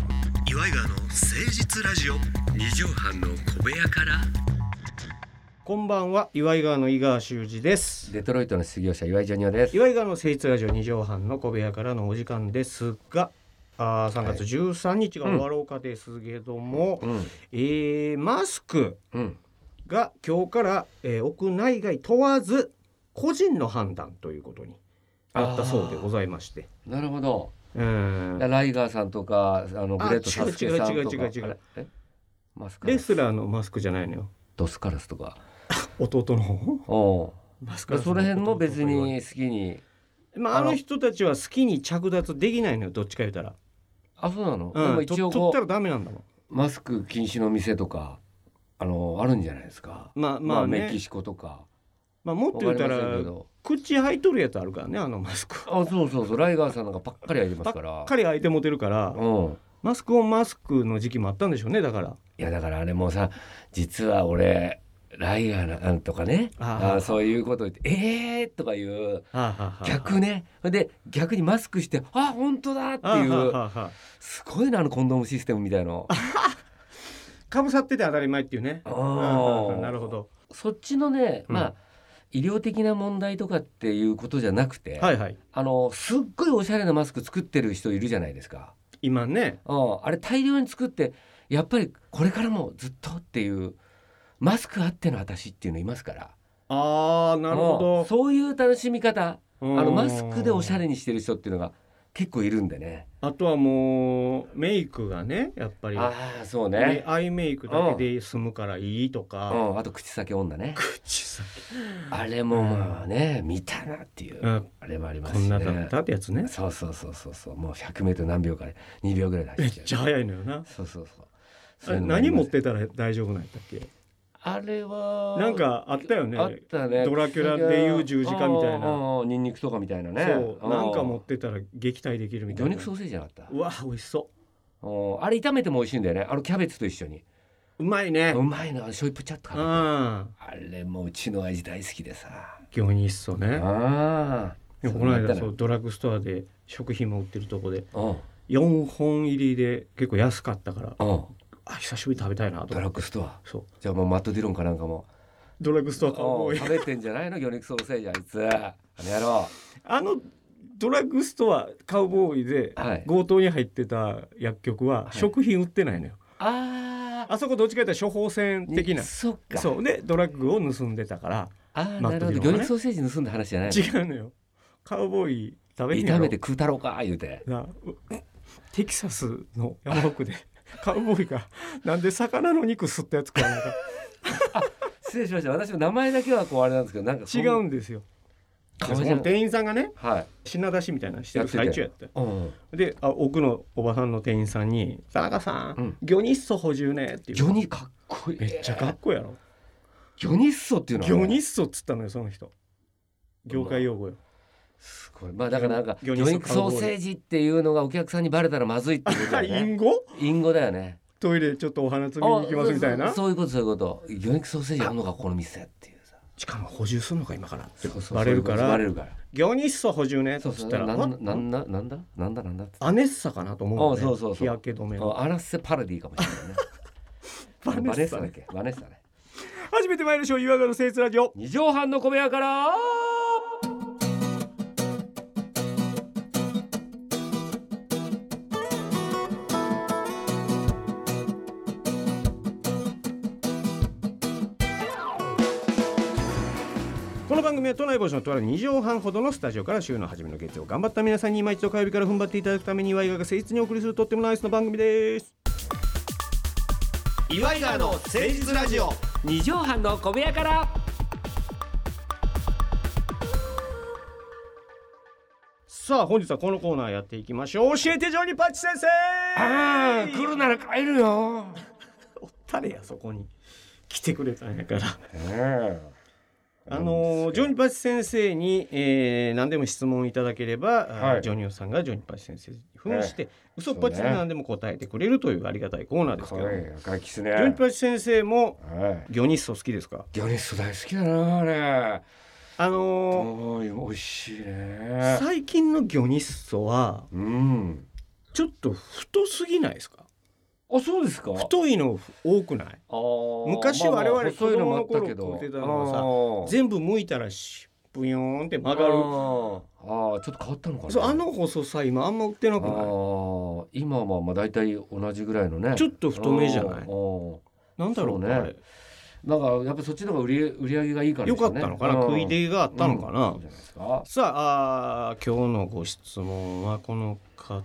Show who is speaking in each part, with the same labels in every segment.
Speaker 1: イガーの誠実ラジオ
Speaker 2: 二畳半の小部屋から
Speaker 3: こんばんは岩井川の井川修司です
Speaker 2: デトロイトの失業者岩井ジョニオです
Speaker 3: 岩井川の誠実ラジオ2畳半の小部屋からのお時間ですがあー3月13日が終わろうかですけども、
Speaker 2: うん
Speaker 3: えーマスク
Speaker 2: うん
Speaker 3: が今日から、えー屋内外問わず個人の判断ということになったそうでございまして
Speaker 2: なるほど、
Speaker 3: うーん
Speaker 2: ライガーさんとかあの
Speaker 3: あ
Speaker 2: グレートサスケさんとか
Speaker 3: 違う違う違う違う
Speaker 2: あれえマスカ
Speaker 3: レ
Speaker 2: ラ
Speaker 3: ス
Speaker 2: ス
Speaker 3: ラーのマスクじゃないのよ
Speaker 2: ドスカラスとか
Speaker 3: 弟の方
Speaker 2: お
Speaker 3: マスク
Speaker 2: そ
Speaker 3: ラスの弟
Speaker 2: の辺も別
Speaker 3: とか言われ
Speaker 2: に好きに
Speaker 3: まあ、あの人たちは好きに着脱できないのよどっちか言うたら、
Speaker 2: あそうなの、
Speaker 3: うん、
Speaker 2: でも一応
Speaker 3: と取っ
Speaker 2: こ
Speaker 3: たらダメなんだもん
Speaker 2: うマスク禁止の店とかあのあるんじゃないですか、
Speaker 3: まあ
Speaker 2: ま
Speaker 3: ま
Speaker 2: あ
Speaker 3: あね、
Speaker 2: メキシコとか
Speaker 3: まあ、もっと言うた
Speaker 2: わかりませ
Speaker 3: ら
Speaker 2: んけど
Speaker 3: 口開いとるやつあるからねあのマスク
Speaker 2: あそうそうそうライガーさんなんかばっかりありますから
Speaker 3: ばっかり開いて持てるから
Speaker 2: うん
Speaker 3: マスクオンマスクの時期もあったんでしょうねだから
Speaker 2: いやだからあれもうさ実は俺ライアーなんとかね
Speaker 3: あー
Speaker 2: あーそういうこと言って「えー!」とかいう
Speaker 3: は
Speaker 2: 逆ねで逆にマスクして「あ本当だ!」って
Speaker 3: あ
Speaker 2: い
Speaker 3: はあ
Speaker 2: う
Speaker 3: はあはあ
Speaker 2: すごいなあのコンドームシステムみたいの
Speaker 3: かぶさってて当たり前っていうね
Speaker 2: あ
Speaker 3: あああ
Speaker 2: ー
Speaker 3: なるほど
Speaker 2: そっちのね
Speaker 3: うん
Speaker 2: まあ、医療的な問題とかっていうことじゃなくて、
Speaker 3: はいはい
Speaker 2: あのすっごいおしゃれなマスク作ってる人いるじゃないですか。
Speaker 3: 今ね
Speaker 2: うん、あれ大量に作ってやっぱりこれからもずっとっていうマスクあっての私っていうのいますから。
Speaker 3: ああなるほ
Speaker 2: うん
Speaker 3: ど
Speaker 2: そういう楽しみ方
Speaker 3: あ
Speaker 2: あのマスクでおしゃ
Speaker 3: れ
Speaker 2: れにしてる人っていうのが結構いるんでね
Speaker 3: あとはもうメイクがねやっぱり
Speaker 2: ああそう
Speaker 3: ね
Speaker 2: ね
Speaker 3: アイメイクだけで済むからいいと
Speaker 2: う
Speaker 3: か
Speaker 2: んあと口先女ね
Speaker 3: 口先
Speaker 2: あれもまあね見たなっていう
Speaker 3: うん
Speaker 2: あれもありま
Speaker 3: こ
Speaker 2: すし
Speaker 3: ん
Speaker 2: ね
Speaker 3: なだったってやつね
Speaker 2: そうそうそうそうそうもう 100m 何秒かで2秒ぐらいで
Speaker 3: めっ
Speaker 2: 走っち
Speaker 3: ちゃ
Speaker 2: ゃう
Speaker 3: 早いのよな
Speaker 2: そうそうそう
Speaker 3: あ
Speaker 2: そういう
Speaker 3: れ
Speaker 2: のがあり
Speaker 3: 何
Speaker 2: ま
Speaker 3: 持っ
Speaker 2: す
Speaker 3: てたら大丈夫なんやったっけ
Speaker 2: あれは
Speaker 3: なんかあったよね
Speaker 2: あったね
Speaker 3: ドラキュラでいう十字架みたいな
Speaker 2: なニンニクとかみたいなね
Speaker 3: そうなんか持
Speaker 2: う
Speaker 3: ってたら撃退できるみた
Speaker 2: 魚
Speaker 3: いな
Speaker 2: 肉ソーセージじゃなかった
Speaker 3: うわ美味しそ
Speaker 2: うんあれ炒めても美味しいんだよねあのキャベツと一緒に
Speaker 3: ううまいね
Speaker 2: うまいな醤油プチャッとかけて
Speaker 3: あ
Speaker 2: あれもううちの味大好きでさ
Speaker 3: 魚肉そね
Speaker 2: ああ
Speaker 3: でもこの間
Speaker 2: そ
Speaker 3: そう
Speaker 2: う
Speaker 3: ドラッグストアで食品も売ってるとこで
Speaker 2: うんうん
Speaker 3: 4本入りで結構安かったからあ久しぶりに食べたいなと
Speaker 2: ドラ
Speaker 3: 思
Speaker 2: ッ
Speaker 3: って
Speaker 2: グストア
Speaker 3: そう
Speaker 2: じゃあもうマットディロンかなんかも
Speaker 3: ドラッグストアかも
Speaker 2: う
Speaker 3: うん
Speaker 2: 食べてんじゃないの魚肉ソーセージあいつあの野郎
Speaker 3: あのドラッグストアカウボーイで
Speaker 2: はい
Speaker 3: 強盗に入ってた薬局は
Speaker 2: はい
Speaker 3: 食品売ってないのよ、
Speaker 2: ああ
Speaker 3: あそこどっちかというと処方箋的な
Speaker 2: そっか
Speaker 3: そうでドラッグを盗んでたから
Speaker 2: あー
Speaker 3: マ
Speaker 2: なる
Speaker 3: ット
Speaker 2: ほ
Speaker 3: ディロンはね
Speaker 2: ど魚肉ソーセージ盗んだ話じゃないの
Speaker 3: 違うのよカウボーイ食べへんやろ
Speaker 2: 炒めて食うたろうか言うて
Speaker 3: なうテキサスの山 奥でカウボーイがなんで魚の肉吸ったやつ かなんか
Speaker 2: 失礼しました私も名前だけはこうあれなんですけどなんかそん
Speaker 3: 違うんですよ。
Speaker 2: か
Speaker 3: そ
Speaker 2: わい
Speaker 3: こ
Speaker 2: じゃ
Speaker 3: の
Speaker 2: ない
Speaker 3: 店員さんがね
Speaker 2: はい
Speaker 3: 品出しみたいなのしてる最中やって
Speaker 2: うん
Speaker 3: であ奥のおばさんの店員さんに「田中さん、
Speaker 2: うん
Speaker 3: 魚日素補充ね」っていう
Speaker 2: 魚肉かっこいい
Speaker 3: めっちゃかっこいいやろ
Speaker 2: 魚肉ソっていうのはね
Speaker 3: 魚日素っつったのよその人業界用語よ
Speaker 2: すごいまあだからなんか
Speaker 3: 魚
Speaker 2: 魚
Speaker 3: 肉
Speaker 2: 肉ソーセージっていうのがお客さんにバレたらまずいってことだよね
Speaker 3: 隠語
Speaker 2: 隠語だよね
Speaker 3: トイレちょっとお花摘みに行きますみたい
Speaker 2: あ
Speaker 3: な
Speaker 2: そうそうそういうことそういうこと魚肉ソーセージあんのかこの店っていうさ
Speaker 3: しかも補充するのか今からっ
Speaker 2: そ
Speaker 3: て
Speaker 2: うそうそう
Speaker 3: バレるか
Speaker 2: そういうことバ
Speaker 3: ら
Speaker 2: レるから
Speaker 3: 魚日素補充ねっ
Speaker 2: そう
Speaker 3: つ
Speaker 2: そ
Speaker 3: っ
Speaker 2: う
Speaker 3: たら
Speaker 2: なん
Speaker 3: わ
Speaker 2: だなんだなんだなんだなんだって
Speaker 3: アネッサかなと思うのね
Speaker 2: あそうそうそう
Speaker 3: 日焼け止めの
Speaker 2: あアラッセパラディかもしれないね
Speaker 3: バネッ
Speaker 2: バネッサ
Speaker 3: サね
Speaker 2: だっけバネッサね
Speaker 3: 初めて参りましょう岩川の聖地ラジオ
Speaker 2: 二畳半の小部屋から
Speaker 3: この番組は都内防止のとある2畳半ほどのスタジオから週の初めの月曜頑張った皆さんに今一度火曜日から踏ん張っていただくために岩井川が誠実にお送りするとってもナイスな番組です岩井川の誠実ラジオ
Speaker 2: 二畳半の小部屋から
Speaker 3: さあ本日はこのコーナーやっていきましょう教えてジョニーパッチ先生
Speaker 2: ああ来るなら帰るよ、
Speaker 3: おったれやそこに来てくれたんやから
Speaker 2: ねえ
Speaker 3: あのージョニーパッチ先生に、えー、何でも質問いただければ、
Speaker 2: はい
Speaker 3: ジョニオさんがジョニーパッチ先生に扮して、嘘っぱちで何でも答えてくれるというありがたいコーナーですけど、
Speaker 2: かわいい赤いキツネ
Speaker 3: ジョニーパッチ先生も
Speaker 2: はい
Speaker 3: 魚ニスト好きですか
Speaker 2: ギョネスト大好きだなあれ。
Speaker 3: あのー
Speaker 2: おい美味しいね。
Speaker 3: 最近の魚ニストは
Speaker 2: うん。
Speaker 3: ちょっと太すぎないですか
Speaker 2: あそうですか
Speaker 3: 太いの多くない
Speaker 2: あー
Speaker 3: 昔
Speaker 2: まあまあ
Speaker 3: 我々
Speaker 2: 細いのもあったけ
Speaker 3: 子供の頃
Speaker 2: ど
Speaker 3: 食ってたのがさ
Speaker 2: あー
Speaker 3: 全部剥いたらしブヨーンって曲が
Speaker 2: あ
Speaker 3: る
Speaker 2: ーあーちょっと変わったのかな
Speaker 3: そうあの細さ今あんま売ってなくない
Speaker 2: ああ今はまあ大体同じぐらいのね
Speaker 3: ちょっと太めじゃない
Speaker 2: あー
Speaker 3: なんだろうね
Speaker 2: そうねだからやっぱそっちの方が売り売り上げがいいから
Speaker 3: よかったのかな食い
Speaker 2: でし
Speaker 3: 出があっ
Speaker 2: ょうね
Speaker 3: たのかな、
Speaker 2: うんそうじゃないですか
Speaker 3: さああー今日のご質問はこの方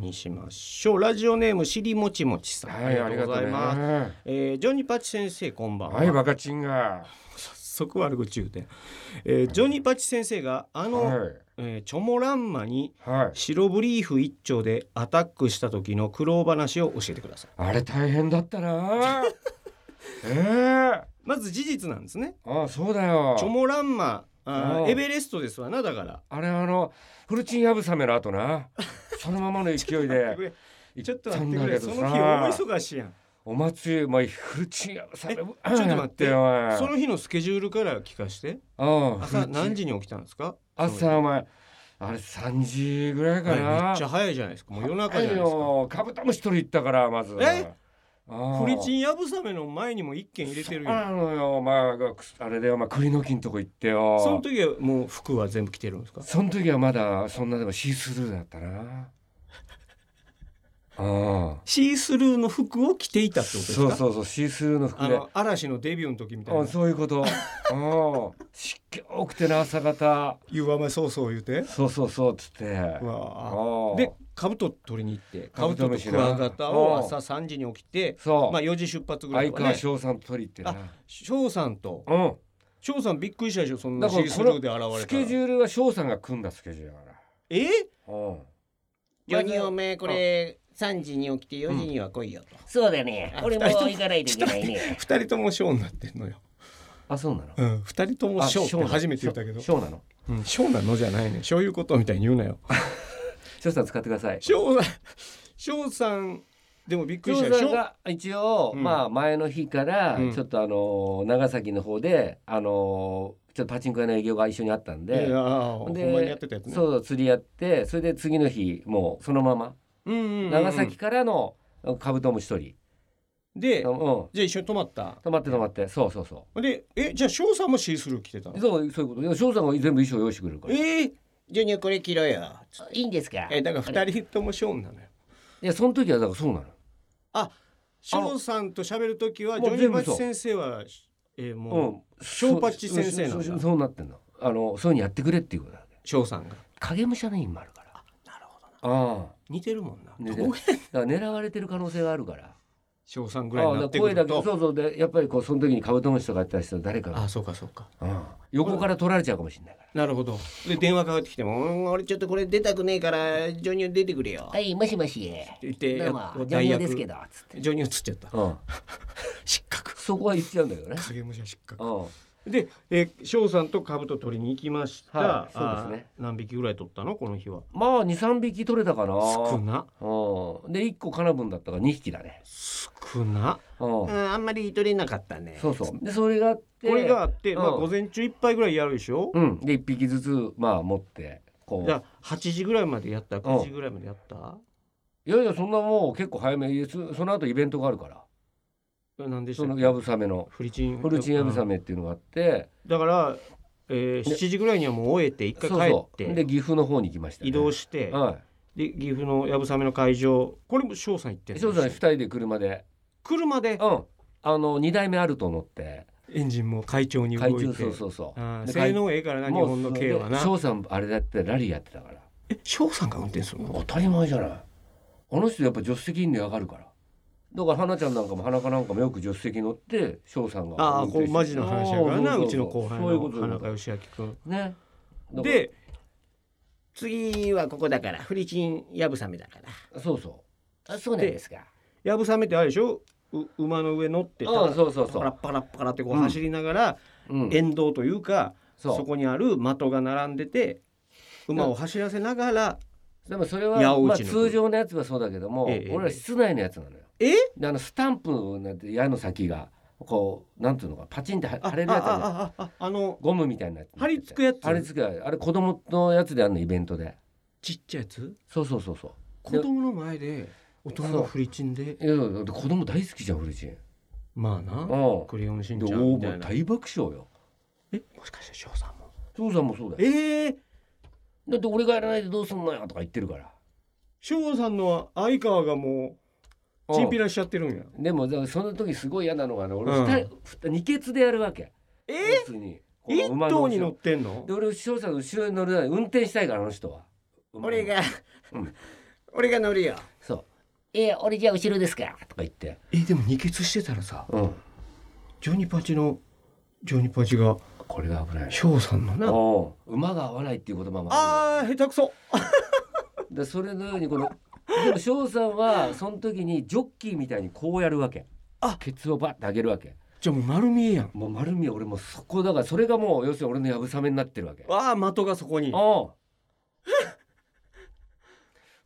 Speaker 3: にしましょうラジオネームしりもちもちさん、、
Speaker 2: はいありがとうございますす
Speaker 3: えージョニーパチ先生こんばんは、
Speaker 2: はいバカチンが
Speaker 3: 早速悪口言うて、えージョニーパチ先生があの、
Speaker 2: はい
Speaker 3: えーチョモランマに
Speaker 2: はい
Speaker 3: 白ブリーフ一丁でアタックした時の苦労話を教えてください
Speaker 2: あれ大変だった なえー、
Speaker 3: まず事実なんですね
Speaker 2: ああそうだよ
Speaker 3: チョモランマあー
Speaker 2: あー
Speaker 3: エベレストですわなだから
Speaker 2: あれあのフルチンやぶさめの後なそのままの勢いで
Speaker 3: ちょっと待って
Speaker 2: 行
Speaker 3: く
Speaker 2: たん
Speaker 3: れ
Speaker 2: だ
Speaker 3: そ
Speaker 2: けど
Speaker 3: の
Speaker 2: さ
Speaker 3: 日大忙しやん
Speaker 2: お祭りまあフルチンやぶさめ
Speaker 3: えちょっ
Speaker 2: ああ
Speaker 3: と待って
Speaker 2: やよ
Speaker 3: その日のスケジュールから聞かして
Speaker 2: おいうん
Speaker 3: 朝何時に起きたんですか
Speaker 2: 朝お前あれ3時ぐらい
Speaker 3: は
Speaker 2: か
Speaker 3: い
Speaker 2: な、
Speaker 3: めっちゃ早いじゃないですかもう夜中じゃないですか
Speaker 2: よカブトムシ取り行ったからまず
Speaker 3: え
Speaker 2: あ
Speaker 3: フリチ
Speaker 2: ン
Speaker 3: ンやぶさめの前にも一件入れてるよ
Speaker 2: あのよお前がくあれでお前栗の木のとこ行ってよ
Speaker 3: その時はもう服は全部着てるんですか
Speaker 2: その時はまだそんなでもシースルーだったなあ
Speaker 3: シースルーの服を着ていた
Speaker 2: あ
Speaker 3: ってことですか
Speaker 2: そうそうそうシースルーの服
Speaker 3: あ
Speaker 2: で
Speaker 3: の嵐のデビューの時みたい
Speaker 2: あ
Speaker 3: な
Speaker 2: そういうことう ん湿気多くてな朝方
Speaker 3: 言わまそうそう言うて
Speaker 2: そうそうそうっつって
Speaker 3: うわ
Speaker 2: あ
Speaker 3: あ
Speaker 2: あ
Speaker 3: で兜取りに行って
Speaker 2: カブト
Speaker 3: 兜と
Speaker 2: ムシ
Speaker 3: ク
Speaker 2: な
Speaker 3: ワガタを
Speaker 2: うん
Speaker 3: 朝3時に起きて
Speaker 2: そう、
Speaker 3: まあ4時出発ぐらい
Speaker 2: 相
Speaker 3: とか
Speaker 2: 川
Speaker 3: ね
Speaker 2: 翔さんと取り行ってな
Speaker 3: 翔さんと
Speaker 2: うん
Speaker 3: 翔さんびっくりしたでしょそんな
Speaker 2: だか
Speaker 3: シ
Speaker 2: ら
Speaker 3: ースルーで現れたら
Speaker 2: スケジュールは翔さんが組んだスケジュールだから。
Speaker 3: え
Speaker 2: うん、
Speaker 4: 4人おめえこれ3時に起きて4時には来いよと、そうだね
Speaker 3: 俺も
Speaker 4: か
Speaker 3: 行
Speaker 4: ないといけないね
Speaker 3: 2人とも翔になってんのよ、
Speaker 2: あ、そうなの。
Speaker 3: うん、2人とも
Speaker 2: あ
Speaker 3: 翔って
Speaker 2: なの
Speaker 3: 初めて言ったけど
Speaker 2: ショーショーなの。
Speaker 3: うん翔なのじゃないねそういうことみたいに言うなよ
Speaker 2: 翔さん使ってください。
Speaker 3: 翔さん翔さんでもびっくり
Speaker 2: 翔
Speaker 3: したで
Speaker 2: さん
Speaker 3: しょ
Speaker 2: が一応、
Speaker 3: うん
Speaker 2: まあ前の日から
Speaker 3: うん
Speaker 2: ちょっとあのー長崎の方であのーちょっとパチンコ屋の営業が一緒にあったん
Speaker 3: いやい
Speaker 2: で
Speaker 3: や。ああほんま
Speaker 2: で
Speaker 3: にやってたやつね
Speaker 2: そうそう釣りやってそれで次の日もうそのまま
Speaker 3: うんうんうんうん
Speaker 2: 長崎からのカブトムシ取り、
Speaker 3: で
Speaker 2: うん、止
Speaker 3: じゃあ一緒に泊まった
Speaker 2: まって止まってそうそうそ
Speaker 3: でえじゃあ翔さんもシースルー着てたの
Speaker 2: うそうそういうこといや翔さんが全部衣装用意してくれるからい
Speaker 3: えー、ジョニーこれ着ろよ
Speaker 4: いいんですか
Speaker 3: えだから二人ともショーンなのよ
Speaker 2: やその時はだからそうなの
Speaker 3: ショーンさんと喋るときはジ
Speaker 2: も
Speaker 3: ョ
Speaker 2: う
Speaker 3: ニー
Speaker 2: 全部そ
Speaker 3: パチ
Speaker 2: う
Speaker 3: 先生はえーもう
Speaker 2: うん、
Speaker 3: 小八先生なんだ
Speaker 2: そうそうそうなってんのあのそういうふうにやってくれっていうことだ
Speaker 3: ショーさんが
Speaker 2: 影武者の意味もあるから
Speaker 3: なるほどな
Speaker 2: あ
Speaker 3: 似てるもんな
Speaker 2: あ、ね、だから狙われてる可能性があるから
Speaker 3: ショーさんぐらい
Speaker 2: ああ
Speaker 3: に
Speaker 2: だ
Speaker 3: なっ
Speaker 2: か
Speaker 3: て
Speaker 2: ら
Speaker 3: く
Speaker 2: 声だ
Speaker 3: る
Speaker 2: けそう
Speaker 3: と
Speaker 2: そうでやっぱりこうその時にカブトムシとかやってた人誰かが、
Speaker 3: あそうかそうか
Speaker 2: うん横から取られちゃうかもしれないから
Speaker 3: なるほどで電話かかってきてもうん「俺ちょっとこれ出たくねえからジョニー出てくれよ」っ
Speaker 4: いもしもし
Speaker 3: て言って
Speaker 4: どう
Speaker 3: や
Speaker 4: もジョ
Speaker 3: 代
Speaker 4: ニ
Speaker 3: 役
Speaker 4: オですけどつって
Speaker 3: ジョニー映っちゃった、
Speaker 2: うん、
Speaker 3: 失格
Speaker 2: そこは言っちゃうんだ けどね、
Speaker 3: 影武者失格
Speaker 2: うん、
Speaker 3: で、えー、翔さんと兜取りに行きました、
Speaker 2: はいそうですね
Speaker 3: あー何匹ぐらい取ったのこの日は
Speaker 2: まあ23匹取れたかな
Speaker 3: 少な
Speaker 2: うん、で1個カナブンだったから2匹だね、
Speaker 3: 少な
Speaker 2: うん
Speaker 4: んあんまり取れなかったね
Speaker 2: そうそうでそれがあって
Speaker 3: これがあって、まあ、
Speaker 2: うん
Speaker 3: 午前中いっぱいぐらいやるでしょ、
Speaker 2: うんで1匹ずつまあ持ってこう
Speaker 3: じゃあ8時ぐらいまでやった9時ぐらいまでやった、
Speaker 2: いやいやそんなもう結構早めにそその後イベントがあるから
Speaker 3: なん、何でし
Speaker 2: そ
Speaker 3: た
Speaker 2: のやぶさめの
Speaker 3: フリチン
Speaker 2: フルチンやぶさめっていうのがあって
Speaker 3: だから、えー、7時ぐらいにはもう終えて一回帰
Speaker 2: そ
Speaker 3: っ
Speaker 2: う
Speaker 3: て
Speaker 2: そうで岐阜の方に行きましたね、
Speaker 3: 移動して、
Speaker 2: は
Speaker 3: で岐阜のやぶさめの会場これも翔さん行って
Speaker 2: い
Speaker 3: る
Speaker 2: 翔さん2人で車で
Speaker 3: 車で
Speaker 2: うんあの2代目あると思って
Speaker 3: エンジンも会長に動
Speaker 2: 海
Speaker 3: い
Speaker 2: 中
Speaker 3: て
Speaker 2: そうそうそう
Speaker 3: あー
Speaker 2: で
Speaker 3: 性能ええからな日
Speaker 2: もう
Speaker 3: 本の軽はな
Speaker 2: 翔さんあれだってラリーやってたから
Speaker 3: え翔さんが運転するの
Speaker 2: 当たり前じゃないあの人やっぱ助手席に上がるからだから花ちゃんなんかも花かなんかもよく助手席に乗って翔さんが
Speaker 3: ああ
Speaker 2: 運
Speaker 3: こ
Speaker 2: 転
Speaker 3: う
Speaker 2: して
Speaker 3: マジの話やからな
Speaker 2: そうそそ
Speaker 3: ちの後輩
Speaker 2: そういうこ
Speaker 3: の
Speaker 2: とそうい
Speaker 3: 花
Speaker 2: うこ
Speaker 3: 中義明君
Speaker 2: とねだから
Speaker 3: で
Speaker 4: 次はここだからフリチンやぶさめだか
Speaker 2: そうそう
Speaker 4: らあそうなんですか
Speaker 3: やぶさめってあれでしょう馬の上乗ってた
Speaker 2: あ
Speaker 3: ら
Speaker 2: あそうそう
Speaker 3: パ
Speaker 2: そ
Speaker 3: ラッ
Speaker 2: う。
Speaker 3: パラッパラってこう
Speaker 2: うん
Speaker 3: 走りながら
Speaker 2: うん、
Speaker 3: 沿道というか、
Speaker 2: そ。
Speaker 3: そうこにある的が並んでて馬を走らせながら
Speaker 2: でもそれ
Speaker 3: 八
Speaker 2: は
Speaker 3: 百
Speaker 2: ま
Speaker 3: 打
Speaker 2: あ
Speaker 3: ちの
Speaker 2: 通常のやつはそうだけども、
Speaker 3: ええ
Speaker 2: 俺ら室内のやつなのよ。
Speaker 3: え
Speaker 2: であのスタンプなんて矢の先がこうなんていうのかパチンっては
Speaker 3: あ
Speaker 2: 貼れるやつあるじゃん
Speaker 3: あああああの
Speaker 2: ゴムみたいなやつ。
Speaker 3: 貼り付くやつ
Speaker 2: 貼り付くやつあれ子供のやつであるのイベントで。
Speaker 3: ちっちゃいやつ
Speaker 2: そうそうそうそう。
Speaker 3: 子供の前で大人がフリチンで
Speaker 2: いやだって子供大好きじゃんフルチン
Speaker 3: まあな
Speaker 2: うん
Speaker 3: クレヨンしんち
Speaker 2: で
Speaker 3: ゃん
Speaker 2: 応
Speaker 3: みたい
Speaker 2: 募
Speaker 3: な
Speaker 2: 大爆笑よ
Speaker 3: えもしかして翔さんも
Speaker 2: 翔さんもそうだよ
Speaker 3: ええ
Speaker 2: だって俺がやらないでどうすんのよとか言ってるから
Speaker 3: 翔さんの相川がもうチンピラしちゃってるんや
Speaker 2: でもだからその時すごい嫌なのがね俺
Speaker 3: うん
Speaker 2: 二人二二欠でやるわけ
Speaker 3: え
Speaker 2: 普通にこの
Speaker 3: 一
Speaker 2: 馬の後ろ
Speaker 3: 頭に乗ってんの
Speaker 2: で俺翔さんの後ろに乗るない運転したいからあの人は
Speaker 4: 俺が
Speaker 2: うん、
Speaker 4: 俺が乗るよ。
Speaker 2: そう「え俺じゃあ後ろですから」とか言って
Speaker 3: えでも二血してたらさ
Speaker 2: うん
Speaker 3: ジョニパチのジョニパチが
Speaker 2: これが危ない
Speaker 3: 翔さんのな
Speaker 2: おう馬が合わないっていう言葉もあ
Speaker 3: あー下手くそ
Speaker 2: るでそれのようにこのでも翔さんはその時にジョッキーみたいにこうやるわけ
Speaker 3: あ
Speaker 2: ケツをバッて上げるわけ
Speaker 3: じゃあもう丸見えやん
Speaker 2: もう丸見え俺もうそこだからそれがもう要するに俺のやぶさめになってるわけ
Speaker 3: ああ的がそこに
Speaker 2: おう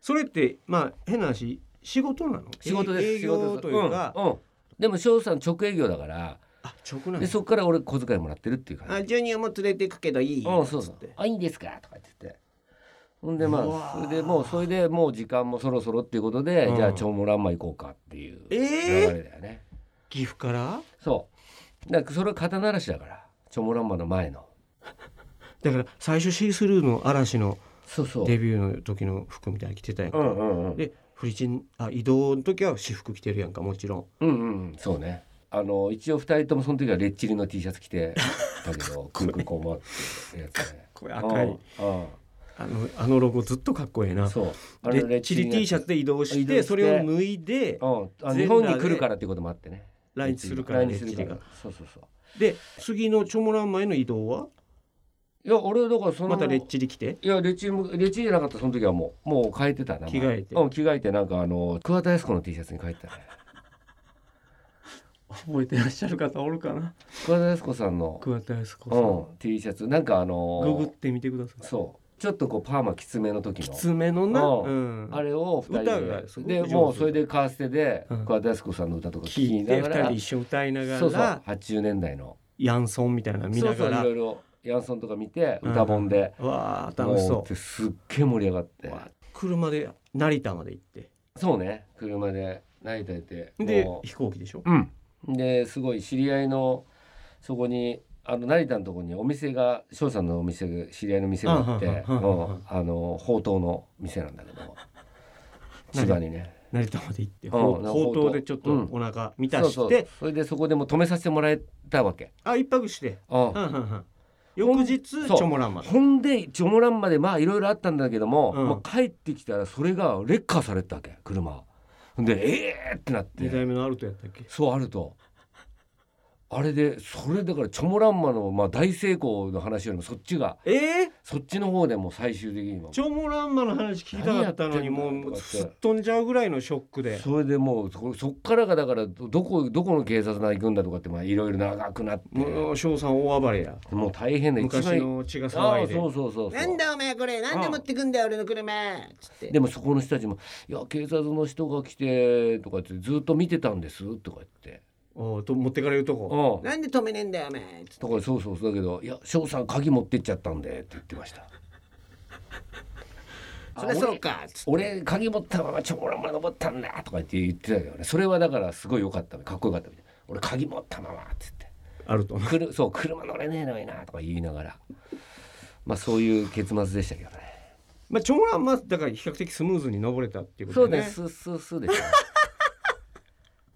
Speaker 3: それってまあ変な話仕事なの
Speaker 2: 仕事です
Speaker 3: 営営業というか、
Speaker 2: 仕事ですんうんでも翔さん直営業だから
Speaker 3: あ直なん
Speaker 2: で
Speaker 3: だ
Speaker 2: そこから俺小遣いもらってるっていう感じ
Speaker 4: あ、ジュニアも連れてくけどいい。
Speaker 2: うん、そうそう
Speaker 4: つって。
Speaker 2: あ、いいんですかとか言ってて。ほんで
Speaker 3: う
Speaker 2: ま
Speaker 3: わ
Speaker 2: あ
Speaker 3: ー
Speaker 2: それでもうそれでもう時間もそろそろっていうことで、
Speaker 3: うん
Speaker 2: じゃあ長毛ランマ行こうかっていう流
Speaker 3: えー
Speaker 2: れだよね。
Speaker 3: 岐阜から
Speaker 2: そう。だからそれは肩慣らしだから長毛ランマの前の。
Speaker 3: だから最初シースルーの嵐の
Speaker 2: そうそう。
Speaker 3: デビューの時の服みたいに着てたや
Speaker 2: う
Speaker 3: んか、
Speaker 2: んうんうん。
Speaker 3: でフリチンあ移動の時は私服着てるやんかもちろん
Speaker 2: うんうんうん。そうね。あの一応二人ともその時はレッチリの T シャツ着てたけ ど、くんくんこうもってやつね。
Speaker 3: これ 赤い
Speaker 2: うん。うん
Speaker 3: あのあのロゴずっとかっこええな
Speaker 2: そう。あ
Speaker 3: レ
Speaker 2: れ
Speaker 3: ッチリ T シャツ。で移動して
Speaker 2: 移動して
Speaker 3: それを脱いで
Speaker 2: うんあ。
Speaker 3: 全
Speaker 2: 日本
Speaker 3: 裸
Speaker 2: に
Speaker 3: で
Speaker 2: 来るからっていうこともあってね。
Speaker 3: 来日するから
Speaker 2: 来
Speaker 3: レ
Speaker 2: 日す
Speaker 3: ッ
Speaker 2: る
Speaker 3: チ
Speaker 2: か
Speaker 3: リ
Speaker 2: ら
Speaker 3: が。
Speaker 2: そうそうそう。
Speaker 3: で次のチョモランマへの移動はい
Speaker 2: や俺だからその
Speaker 3: またレッチリ着て
Speaker 2: いやレッチリもレッチリじゃなかったその時はもうもう変えてたな
Speaker 3: 着替えて
Speaker 2: うん、着替えてなんかあの桑田靖子の T シャツに変えてたね
Speaker 3: 覚えてらっしゃる方おるかな
Speaker 2: 桑田靖子さんの、
Speaker 3: 桑田靖子さん
Speaker 2: うん、T シャツなんかあの
Speaker 3: ググってみてください
Speaker 2: そうちょっとこうパーマきつめの時の
Speaker 3: きつめのな、
Speaker 2: う
Speaker 3: うん、
Speaker 2: あれを二
Speaker 3: 歌がす
Speaker 2: 人
Speaker 3: ごく
Speaker 2: で
Speaker 3: 上
Speaker 2: で
Speaker 3: 手
Speaker 2: もうそれでカーステで
Speaker 3: うん
Speaker 2: 桑田靖子さんの歌とか聴
Speaker 3: 聞
Speaker 2: き
Speaker 3: い
Speaker 2: な
Speaker 3: て
Speaker 2: が
Speaker 3: 二
Speaker 2: ら
Speaker 3: 人一緒に歌いながら
Speaker 2: そうそう80年代の
Speaker 3: ヤンソンみたいなの見な
Speaker 2: そう
Speaker 3: が
Speaker 2: そう
Speaker 3: ら
Speaker 2: いろいろヤンソンとか見て歌本で、
Speaker 3: わあ楽し
Speaker 2: もう
Speaker 3: そ
Speaker 2: ってすっげえ盛り上がって
Speaker 3: うわあ車で成田まで行って
Speaker 2: そうね車で成田へて
Speaker 3: で
Speaker 2: もう
Speaker 3: 飛行機でしょ
Speaker 2: うん、ですごい知り合いのそこにあの成田のとこにお店が翔さんのお店が知り合いの店があって
Speaker 3: あはんはんはんはんはん
Speaker 2: うんあの宝刀の店なんだけど千葉にね
Speaker 3: 成田まで行って
Speaker 2: ん
Speaker 3: ほう
Speaker 2: な
Speaker 3: ほうとうでちょっと
Speaker 2: うん
Speaker 3: お腹満た
Speaker 2: そう
Speaker 3: し
Speaker 2: そう
Speaker 3: て
Speaker 2: それでそこでもう止めさせてもらえたわけ、
Speaker 3: あ一泊して
Speaker 2: うん
Speaker 3: うんうんうん翌日チ
Speaker 2: そう
Speaker 3: ョモランマで
Speaker 2: ほんでジョモランまでまあいろいろあったんだけども、
Speaker 3: うん
Speaker 2: まあ、帰ってきたらそれがレッカーされてたわけ車ほんでえーってなっ
Speaker 3: 二代
Speaker 2: て
Speaker 3: 目のアルトやったっけ
Speaker 2: そうあると。あれでそれだからチョモランマのまあ大成功の話よりもそっちが
Speaker 3: ええ
Speaker 2: そっちの方でもう最終的には
Speaker 3: チョモランマの話聞きたかったのに
Speaker 2: 何やってんだ
Speaker 3: も
Speaker 2: と
Speaker 3: う
Speaker 2: かって
Speaker 3: すっ飛んじゃうぐらいのショックで
Speaker 2: それでもうそこそっからがだからどどこどこの警察が行くんだとかってまあいろいろ長くなって
Speaker 3: もう翔さん大暴れや
Speaker 2: もう大変で一
Speaker 3: 昔
Speaker 2: 番
Speaker 3: の血が
Speaker 2: ああ
Speaker 3: 騒いで
Speaker 2: そうそうそうそう
Speaker 4: なんだお前これ、なんで持ってくんだよ俺の車。つって。
Speaker 2: でもそこの人たちも「いや警察の人が来て」とかってずっと見てたんですとか言って
Speaker 3: おうと持ってかれると
Speaker 2: 「
Speaker 3: こ
Speaker 2: うん」
Speaker 4: なんで止めねえんだよお前。つって
Speaker 2: とかそうそうそうだけど「いや翔さん鍵持ってっちゃったんで」って言ってました。
Speaker 4: そりゃそうか。つって
Speaker 2: 俺鍵持ったままチョコランマ登ったんだとか言って言ってたけどねそれはだからすごい良かったかっこよかったみたい俺鍵持ったままって
Speaker 3: あると
Speaker 2: 言ってくる そう車乗れねえのになとか言いながらまあそういう結末でしたけどね
Speaker 3: まあ、長男はだから比較的スムーズに登れたっていうこ
Speaker 2: そ
Speaker 3: と
Speaker 2: う
Speaker 3: で、
Speaker 2: で
Speaker 3: ね、
Speaker 2: すスースースーで したね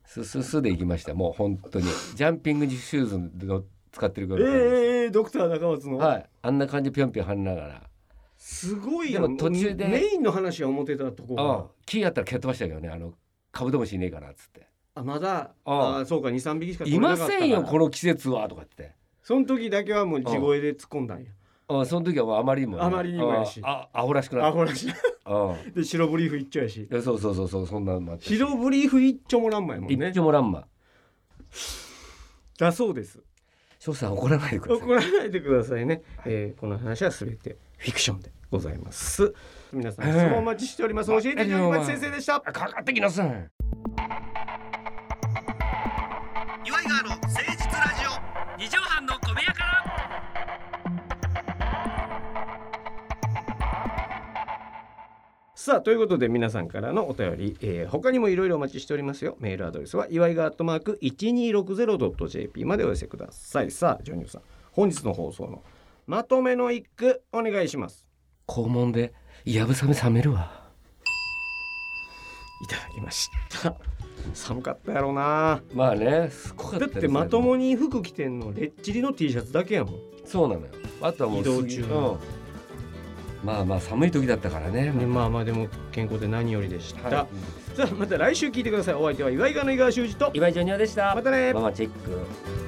Speaker 2: スースースーで行きましたもう本当にジャンピングシューズの使ってるぐ
Speaker 3: え
Speaker 2: らいの感じです
Speaker 3: えええドクター中松の、
Speaker 2: はいあんな感じぴょんぴょん跳ねながら
Speaker 3: すごいやん
Speaker 2: でも途中で
Speaker 3: メインの話は思ってたとこ
Speaker 2: ああ
Speaker 3: が
Speaker 2: 木やったら蹴っ飛ばしたけどねあのカブトムシいねえかなっつって
Speaker 3: あまだ
Speaker 2: あ
Speaker 3: あ
Speaker 2: あ
Speaker 3: そうか23匹し
Speaker 2: 「
Speaker 3: か取れ
Speaker 2: い
Speaker 3: なか
Speaker 2: ま
Speaker 3: ったから
Speaker 2: せんよこの季節は」とか言って。
Speaker 3: その時だけはもう地声で突っ込んだんや
Speaker 2: うん、その時はもうあまりにもね、
Speaker 3: あまりにもやし
Speaker 2: ああアホらしくな
Speaker 3: ア
Speaker 2: っ
Speaker 3: ホらしい
Speaker 2: たうんい
Speaker 3: で白ブリーフ一丁やし
Speaker 2: やそうそうそうそうそんなのもあって
Speaker 3: 白ブリーフ一丁もらんまやもんね
Speaker 2: 一丁もらんま
Speaker 3: だそうです
Speaker 2: 翔さん怒らないでください
Speaker 3: 怒らないでくださいね、えーこの話は全てフィクションでございます皆さん質問お待ちしております教えてジョニーマチ先生でした
Speaker 2: あかかってきなさい
Speaker 1: 岩井川の誠実ラジオ
Speaker 5: 二畳半の小部屋から
Speaker 3: ささあということで皆さんからのお便り、えー他にもいろいろお待ちしておりますよメールアドレスは祝いがアットマーク 1260.jp までお寄せくださいさあジョニオさん本日の放送のまとめの一句お願いします
Speaker 2: 肛門でやぶさめ冷めるわ
Speaker 3: いただきました 寒かったやろうな
Speaker 2: まあねすごかった
Speaker 3: だっ
Speaker 2: ですね
Speaker 3: てまともに服着てんのレッチリの T シャツだけやもん
Speaker 2: そうなのよあとはもう
Speaker 3: 移動中
Speaker 2: すぐうんまあまあ寒い時だったからね
Speaker 3: ねまあまあでも健康で何よりでした、
Speaker 2: はい
Speaker 3: さあまた来週聞いてくださいお相手は岩井川の井川修司と
Speaker 2: 岩井ジョニオでした
Speaker 3: またね
Speaker 2: ママチェック
Speaker 3: 「